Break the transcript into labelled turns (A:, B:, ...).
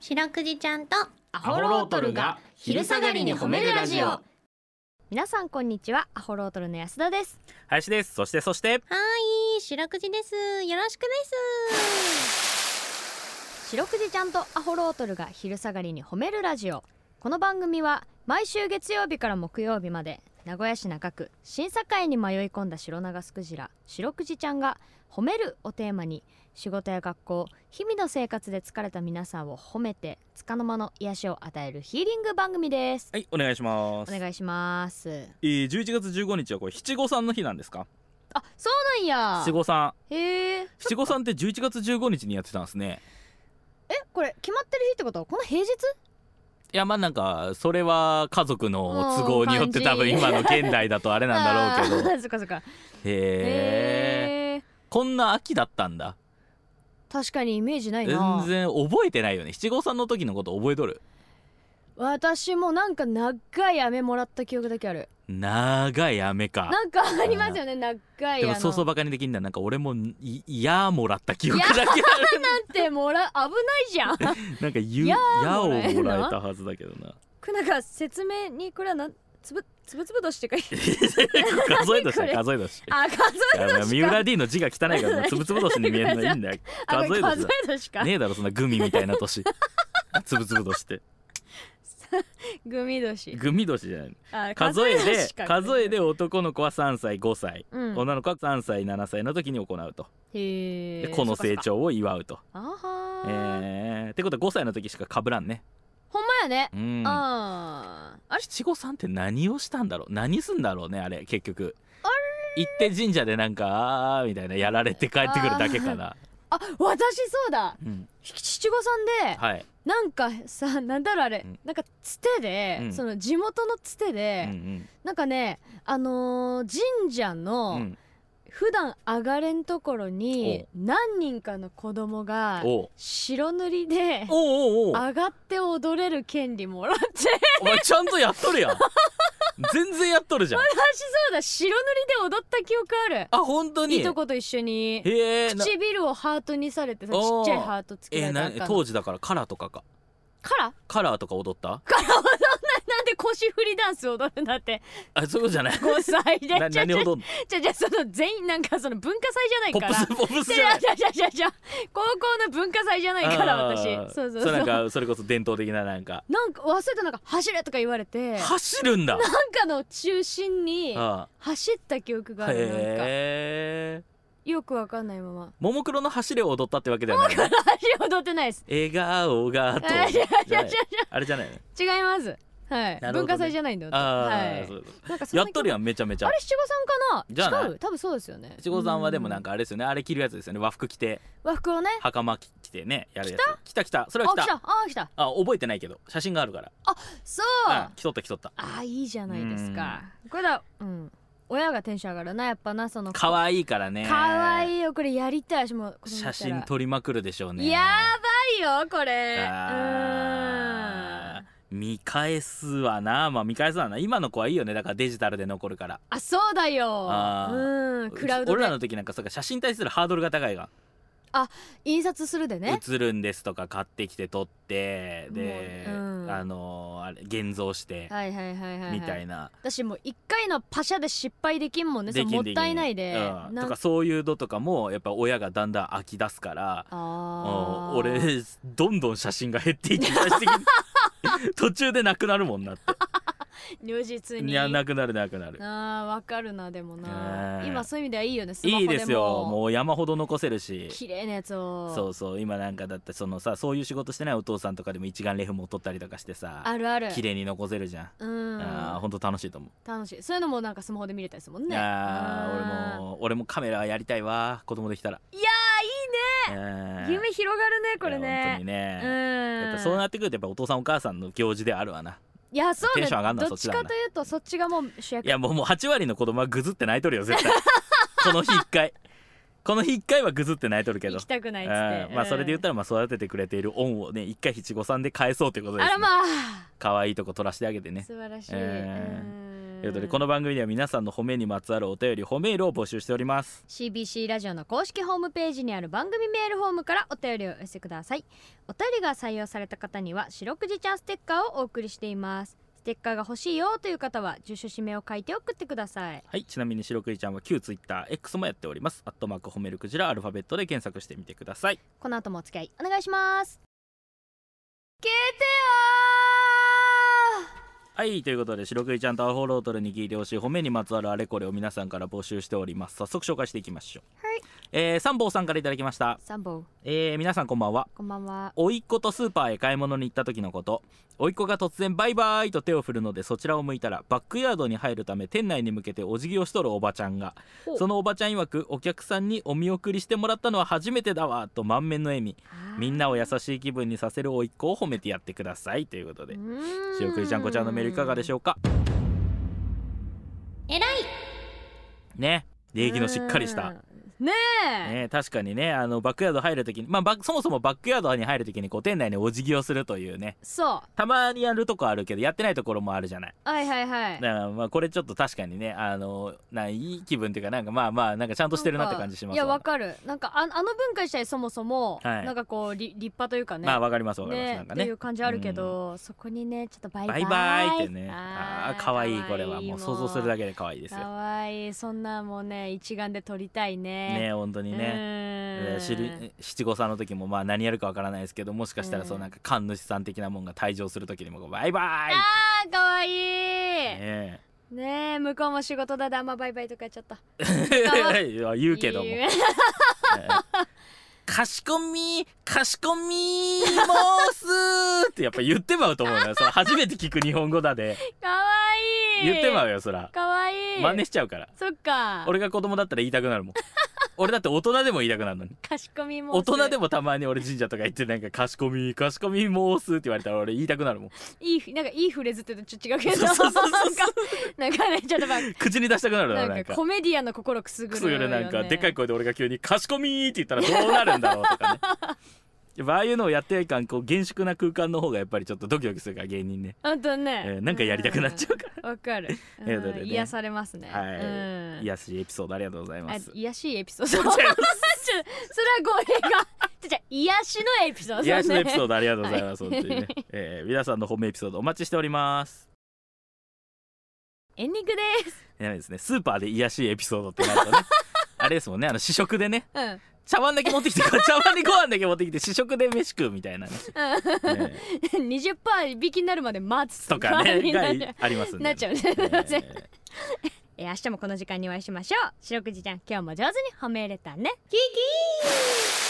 A: 白くじちゃんと
B: ア
C: ホロートルが昼下がりに褒めるラジオ
B: 皆さんこんにちはアホロートルの安田です
C: 林ですそしてそして
A: はい白くじですよろしくです
B: 白くじちゃんとアホロートルが昼下がりに褒めるラジオこの番組は毎週月曜日から木曜日まで名古屋市中区審査会に迷い込んだ白長スクジラ白くじちゃんが「褒める」をテーマに仕事や学校日々の生活で疲れた皆さんを褒めて束の間の癒しを与えるヒーリング番組です
C: はいお願いします
B: お願いします
C: えー、11月15日はこれ七五三の日なんですか
B: あそうなんや
C: 七五三
B: へえ
C: 七五三って11月15日にやってたんですね
B: えこれ決まってる日ってことこの平日
C: いやまあなんかそれは家族の都合によって多分今の現代だと あれなんだろうけど
B: あ
C: へ
B: ー そっかそっか
C: え
B: へえ
C: こんな秋だったんだ
B: 確かにイメージない
C: 全
B: な
C: 然覚えてないよね七五三の時のこと覚えとる
B: 私もなんか長い飴もらった記憶だけある
C: 長い雨か
B: なんかありますよね長い
C: でも
B: あの
C: そうそうバカにできんだなんか俺もいいやーもらった記憶だけある
B: なんてもら危ないじゃん
C: なんかゆ
B: や
C: や
B: ー
C: を
B: もらえんの
C: もらえたはずだけどな。
B: これなんか説明にこれはなんつぶつぶつぶ年ってか
C: 数え年
B: これ
C: だ数え年。
B: あ数
C: いや
B: え
C: 三
B: 年か
C: 浦 D の字が汚いからつぶつぶ年に見えるのいいんだよ。
B: あこ
C: 数
B: れ
C: え年
B: 数
C: だ。
B: え年か、
C: ねえだろそんなグミみたいな 年。つぶつぶ年って
B: グミ年
C: グミ年じゃない。
B: あ
C: 数えで
B: 年か
C: 数えで男の子は三歳五歳、
B: うん
C: 女の子は三歳七歳の時に行うと。
B: へ
C: で
B: え
C: この成長を祝うと。
B: あは
C: え
B: ー、
C: ーってことは五歳の時しか被らんね。
B: ほんまやね、
C: うん。
B: あーあれ
C: 七五三って何をしたんだろう何すんだろうねあれ結局行って神社でなんかあーみたいなやられて帰ってくるだけ かな、
B: あ私そうだ
C: うん、
B: 七五三で、
C: はい、
B: なんかさなんだろうあれ、
C: うん
B: なんかつてで、
C: うん
B: その地元のつて
C: う
B: で、
C: ん
B: なんかねあのー神社
C: うんう
B: の
C: ん、
B: 普段上がれんところに何人かの子供が
C: おう
B: 白塗りで
C: おうおうおう
B: 上がって踊れる権利もらって 私そ
C: お前ちゃんとやっとるやん全然やっとるじゃん
B: うだ白塗りで踊った記憶ある
C: あ本当に
B: いとこと一緒に
C: へえな
B: 唇をハートにされてさちっ
C: おー
B: ちゃいハートつけら
C: え
B: れ
C: ー
B: た
C: な
B: 赤の
C: 当時だからカラーとかか
B: カラー
C: カラーとか踊った
B: カラーはそん ななんで腰振りダンス踊るんだって
C: あそういうことじゃない
B: 5歳で
C: な
B: ちゃち
C: 何
B: ゃ
C: 踊んの
B: じゃあじゃあその全員なんかその文化祭じゃない
C: ポ
B: か
C: ッ
B: ら
C: プスポップス
B: じ
C: じゃ
B: ゃ
C: な
B: あ
C: い
B: じゃあじゃあじゃあじゃあ高校の文化祭じゃないから
C: あ
B: 私
C: ー
B: そうそう
C: そ
B: そう
C: うなん
B: なん
C: かそれこそ伝統的ななんか
B: か忘れたなんか走れとか言われてなん
C: 走るんだ
B: かの中心に
C: あ
B: 走った記憶があ
C: ー
B: るなんか
C: へえ
B: よくわかんないま ま
C: ももクロの走れを踊ったってわけではない、ね、
B: 走り踊ってないです
C: 笑顔がと
B: あ違う違う違う
C: じゃないあれじゃないの
B: 違いますはい、
C: なるほどね
B: 文化祭じゃないんだよ
C: あ
B: は
C: あ、そうそう
B: いなんかそん
C: や
B: な
C: っとるやんめちゃめちゃ
B: あれ七五三か
C: じゃあ
B: な
C: な
B: 違う多分そうですよね
C: 七五三はでもなんかあれですよねあれ着るやつですよね和服着て
B: 和服をね
C: 袴着てねやるやつ来た来たそれ
B: あ
C: は来
B: 来た
C: た
B: あ来た
C: あ覚えてないけど写真があるから
B: そう
C: うん着とった着とった
B: あいいじゃないですかこれだうん親がテンション上がるなやっぱなその
C: 可愛いからね
B: かわい
C: い
B: いよこれやりたい私も子供いた
C: 写
B: ら
C: 真撮りまくるでしょうね
B: やばいよこれうー
C: あ
B: ん
C: ー見返すわなまあ見返すわな今の子はいいよねだからデジタルで残るから
B: あそうだよ
C: あー
B: うんクラウド
C: 俺ら
B: で
C: の時なんかそうか写真に対するハードルが高いが
B: 印刷するでね
C: 映るんですとか買ってきて撮ってで、
B: もううん
C: あのーあれ現像して
B: はいはいはいはい
C: みたい
B: な
C: な、
B: 私もう一回のパシャで失敗できんもんねそ
C: で
B: れ
C: きん
B: もっ
C: きん
B: たいないで
C: うん
B: な
C: と
B: ん
C: かそういうのとかもやっぱ親がだんだん飽き出すから
B: あー
C: うん俺どんどん写真が減っていきだしてき て途中でなくなるもんなって
B: 如実に
C: いやなくなるなくなる
B: あーわかるなでもな
C: ねえ
B: 今そういう意味ではいいよねスマホ
C: い
B: で
C: い
B: も
C: ですよもう山ほど残せるし
B: 綺麗なやつを
C: そうそう今なんかだってそのさそういう仕事してないお父さんとかでも一眼レフも撮ったりとかしてさ
B: あるある
C: 綺麗に残せるじゃん、
B: うん
C: あーほんと楽しいと思う
B: 楽しいそういうのもなんかスマホで見れたりするもんね
C: あ
B: うん
C: ー俺も俺もカメラやりたいわ子供できたら
B: い
C: いやいいね
B: 夢広がるねこれね
C: 本当にね、
B: うん
C: やっぱそうなってくるとやっぱお父さんお母さんの行事ではあるわない
B: やそうね
C: テンション上がんな
B: どっち
C: そっ
B: か
C: ちだな
B: というとそっちがもう主役
C: いやもうもう8割の子供はぐずって泣いとる よ絶対この日1回この日1回はぐずって泣いとるけど
B: 行きたくないっつっ
C: う
B: て
C: んまあそれで言った
B: ら
C: らまあ育ててくれている恩をね一回七五三で返そうということです、
B: あ
C: ね、
B: らまあ
C: 可愛いとこ取らせてあげてね
B: 素晴らしい
C: えー
B: うん
C: ということでこの番組では皆さんの褒めにまつわるお便り褒めールを募集しております
B: CBC ラジオの公式ホームページにある番組メールフォームからお便りをお寄せくださいお便りが採用された方には「白くじちゃんステッカー」をお送りしていますステッカーが欲しいよという方は住所氏名を書いて送ってください
C: はいちなみに白くじちゃんは旧 TwitterX もやっておりますアットマーク褒めるクジラアルファベットで検索してみてください
B: この後もお付き合いお願いします聞いてよ
C: はいということで白くじちゃんとアホロートルに聞いてほしい褒めにまつわるあれこれを皆さんから募集しております早速紹介していきましょう
B: はい
C: えー、三坊さんからいただきました
B: ーサンボ
C: えー、皆さんこんばんは
B: こんばんは
C: 甥っ子とスーパーへ買い物に行った時のこと甥っ子が突然バイバイと手を振るのでそちらを向いたらバックヤードに入るため店内に向けてお辞儀をしとるおばちゃんが
B: ほう
C: そのおばちゃん曰くお客さんにお見送りしてもらったのは初めてだわと満面の笑みみんなを優しい気分にさせる甥っ子を褒めてやってくださいということで
B: 白
C: 塩くりちゃんこちゃんのメールいかがでし
B: ょ
C: ょうか
A: えらい
C: ね
B: う
C: 礼儀のしっかりした
B: うんねえ
C: ね、確かにねあのバックヤード入るときに、まあ、バックそもそもバックヤードに入るときにこう店内にお辞儀をするというね
B: そう
C: たまにやるとこあるけどやってないところもあるじゃない
B: はいはいはい
C: だからまあこれちょっと確かにねあのないい気分っていうかなんかまあまあなんかちゃんとしてるなって感じしま
B: い
C: す
B: や
C: わ
B: わかるなんかああの文化自体そもそも、
C: はい
B: なんかこうり立派というかね
C: まあわかりますわかります、
B: ね
C: なんか
B: ってい
C: ね
B: う感じあるけど、そこにねちょっとバイバ
C: バ
B: イ
C: イバイってね
B: あー
C: ああ可愛いこれはもう想像するだ
B: け
C: けで可愛いですよ
B: かわいいそんなもうね一眼で撮りたいね
C: ね本当にね、えー知る七五三の時もまあ何やるかわからないですけどもしかしたらそううんなんか神主さん的なもんが退場する時にもこうバイバイ
B: あーかわいいね
C: ね
B: え向こうも仕事だであんまバイバイとかやっちゃった
C: えいや言う けども
B: いい
C: え
B: ね
C: ーかしこみかしこみーもーすーってやっぱ言ってまうと思うよそれ初めて聞く日本語だで
B: かわいい
C: 言ってまうよそら
B: かわいい
C: 真似しちゃうから
B: そっか
C: 俺が子供だったら言いたくなるもん 俺だって大人でも言いたくなるのに
B: かしこみも
C: 大人で
B: も
C: もたまに俺神社とか行ってなんか「かしこみかしこみ申す」って言われたら俺言いたくなるもん
B: いいなんかいいフレーズって言うとちょっと違うけど
C: そうそうそうそう
B: なんかねちょっとまあ
C: 口に出したくなるの
B: なん
C: な
B: か
C: んか
B: コメディアンの心くすぐ
C: く
B: る
C: すぐ
B: よ、ね、
C: るなんかでっかい声で俺が急に「かしこみ」って言ったらどうなるんだろうとかね やっぱああいうのをやってはいかんこう厳粛な空間の方がやっぱりちょっとドキドキするから芸 人ね、
B: あとね、
C: えーなんかやりたくなっちゃうから、
B: うんわか る、うん
C: ということでね
B: 癒されますね
C: はい
B: うん、
C: 癒や しいエピソードありがとうございま
B: あ
C: す
B: 癒しいエピソードちょ
C: 違い ま
B: それは語弊が じゃ癒しのエピソード、ね、
C: 癒やしのエピソー
B: ド
C: ドありがとうございます、
B: はい
C: 本当にね、えー皆さんの褒めエピソードお待ちしております
B: エンディングです
C: やばいですねスーパーで癒やしいエピソードってなると ねあれですもんねあの試食でね
B: うんうん
C: 茶碗だけ持ってきて茶碗にご飯だけ持ってきて試食で飯食うみたいなね、ええ
B: 20%引きになる まで待つ
C: とかねが
B: なっちゃう
C: ありますんで
B: なっちゃうね
C: え
B: え
C: え
B: ー明日もこの時間にお会いしましょう白くじちゃん今日も上手に褒めれたねキキー